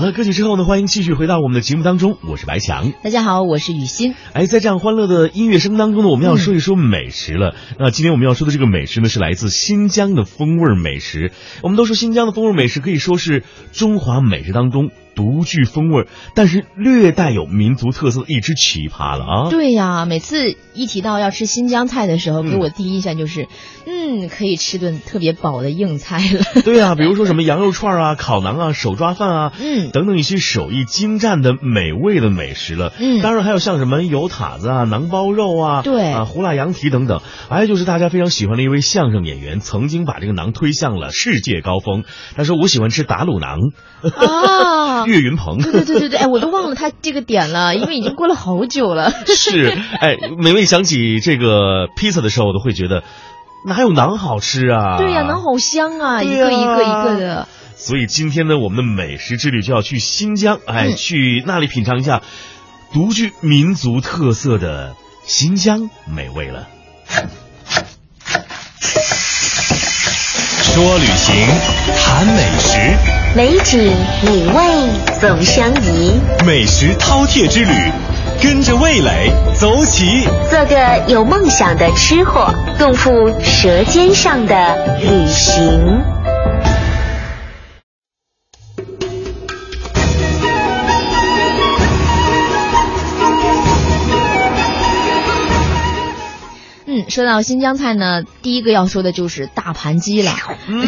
了歌曲之后呢，欢迎继续回到我们的节目当中，我是白强。大家好，我是雨欣。哎，在这样欢乐的音乐声当中呢，我们要说一说美食了。那今天我们要说的这个美食呢，是来自新疆的风味美食。我们都说新疆的风味美食可以说是中华美食当中独具风味，但是略带有民族特色的一只奇葩了啊。对呀，每次一提到要吃新疆菜的时候，嗯给我第一印象就是，嗯，可以吃顿特别饱的硬菜了。 对啊，比如说什么羊肉串啊、烤馕啊、手抓饭啊，嗯等等一些手艺精湛的美味的美食了。嗯当然还有像什么油塔子啊、馕包肉啊，对啊胡辣羊蹄等等。还有就是大家非常喜欢的一位相声演员，曾经把这个馕推向了世界高峰。他说：“我喜欢吃打卤馕。啊，岳云 鹏对对对对对，哎，我都忘了他这个点 了，因为已经过了好久了。是，哎，每每想起这个披萨的时候，我都会觉得哪有馕好吃啊？对呀、馕。好香啊，对一呀个一个一个的。所以今天呢，我们的美食之旅就要去新疆，哎，嗯去那里品尝一下独具民族特色的新疆美味了。 说旅行，谈美食，美景美味总相宜，美食饕餮之旅，跟着味蕾走起。做个有梦想的吃货，共赴舌尖上的旅行。嗯，说到新疆菜呢，第一个要说的就是大盘鸡了。嗯，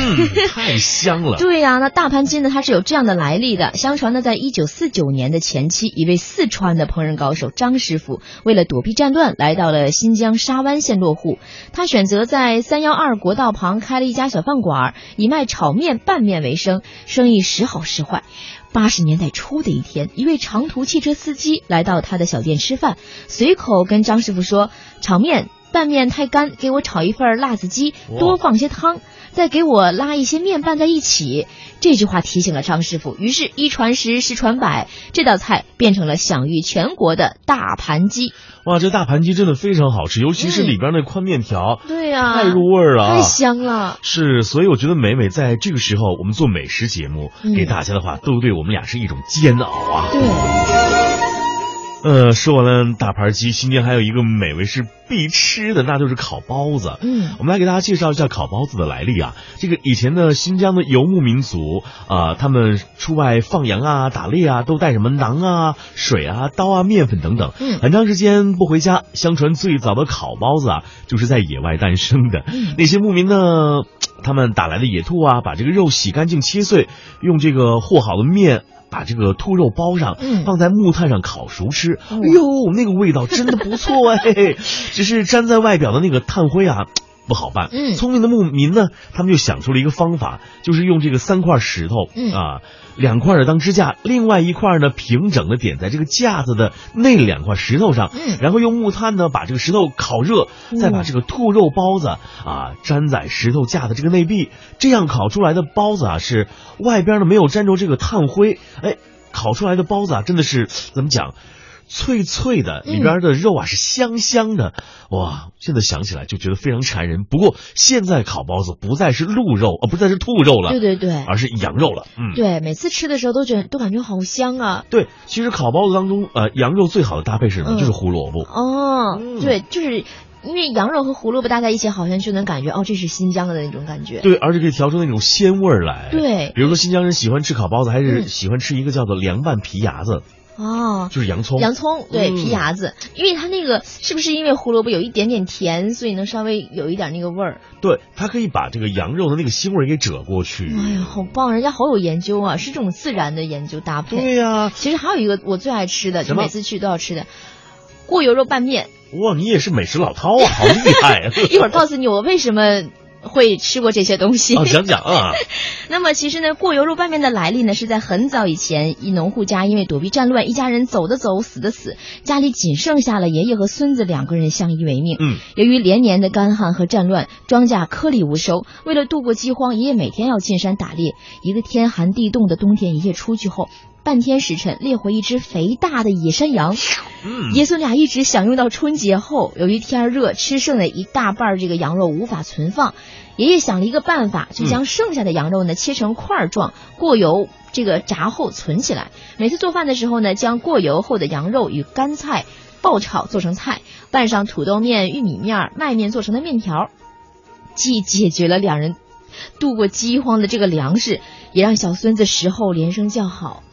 太香 了。对呀、那大盘鸡呢，它是有这样的来历的。相传呢，在一九四九年的前期，一位四川的烹饪高手张师傅，为了躲避战乱，来到了新疆沙湾县落户。他选择在三幺二国道旁开了一家小饭馆，以卖炒面、拌面为生，生意时好时坏。八十年代初的一天，一位长途汽车司机来到他的小店吃饭，随口跟张师傅说：“炒面、拌面太干，给我炒一份辣子鸡，哇多放些汤，再给我拉一些面拌在一起。”这句话提醒了张师傅，于是，一传十，十传百，这道菜变成了享誉全国的大盘鸡。哇，这大盘鸡真的非常好吃，尤其是嗯里边那宽面条，对呀、太入味儿了啊太香了。是，所以我觉得每每在这个时候，我们做美食节目、嗯给大家的话，都对我们俩是一种煎熬啊。对，呃，说完了大盘鸡，新疆还有一个美味是必吃的，那就是烤包子。嗯我们来给大家介绍一下烤包子的来历啊。这个以前的新疆的游牧民族啊、他们出外放羊啊、打猎啊，都带什么馕啊、水啊、刀啊、面粉等等。嗯很长时间不回家。相传最早的烤包子啊，就是在野外诞生的。嗯那些牧民呢，他们打来的野兔啊，把这个肉洗干净切碎，用这个和好的面。把这个兔肉包上，嗯放在木炭上烤熟吃。哦哎呦，那个味道真的不 错哎！只是粘在外表的那个炭灰啊，不好办。嗯聪明的牧民呢，他们就想出了一个方法，就是用这个三块石头，嗯啊，两块儿当支架，另外一块儿呢平整的点在这个架子的那两块石头上，嗯然后用木炭呢把这个石头烤热，再把这个兔肉包子啊粘在石头架的这个内壁，这样烤出来的包子啊是外边呢没有沾着这个炭灰，哎，烤出来的包子啊真的是怎么讲？脆脆的，嗯里边的肉啊是香香的，哇！现在想起来就觉得非常馋人。不过现在烤包子不再是鹿肉，呃，不再是兔肉了，对对对而是羊肉了。嗯，对，每次吃的时候都觉得都感觉好香啊。对，其实烤包子当中，呃，羊肉最好的搭配是什么？嗯就是胡萝卜。哦，嗯对，就是因为羊肉和胡萝卜搭在一起，好像就能感觉哦，这是新疆的那种感觉。对，而且可以调出那种鲜味儿来。对比如说新疆人喜欢吃烤包子，还是嗯喜欢吃一个叫做凉拌皮牙子，哦，就是洋葱。洋葱对、嗯皮牙子，因为它那个是不是因为胡萝卜有一点点甜，所以能稍微有一点那个味儿？对，它可以把这个羊肉的那个腥味儿给遮过去。哎呀，好棒！人家好有研究啊，是这种自然的研究搭配。对呀、其实还有一个我最爱吃的，什就么每次去都要吃的。过油肉拌面，哇，你也是美食老饕啊，好厉害、啊！ 一会儿告诉你我为什么会吃过这些东西。啊，讲讲啊，那么其实呢，过油肉拌面的来历呢，是在很早以前，一农户家因为躲避战乱，一家人走的走，死的死，家里仅剩下了爷爷和孙子两个人相依为命。嗯，由于连年的干旱和战乱，庄稼颗粒无收。为了度过饥荒，爷爷每天要进山打猎。一个天寒地冻的冬天，爷爷出去后。半天时辰猎回一只肥大的野山羊。嗯，爷孙俩一直享用到春节后，由于天热，吃剩的一大半儿这个羊肉无法存放，爷爷想了一个办法，就将剩下的羊肉呢切成块儿状，过油这个炸后存起来。每次做饭的时候呢，将过油后的羊肉与干菜爆炒做成菜，拌上土豆面、玉米面儿、麦面做成的面条儿，既解决了两人度过饥荒的这个粮食，也让小孙子食后连声叫好。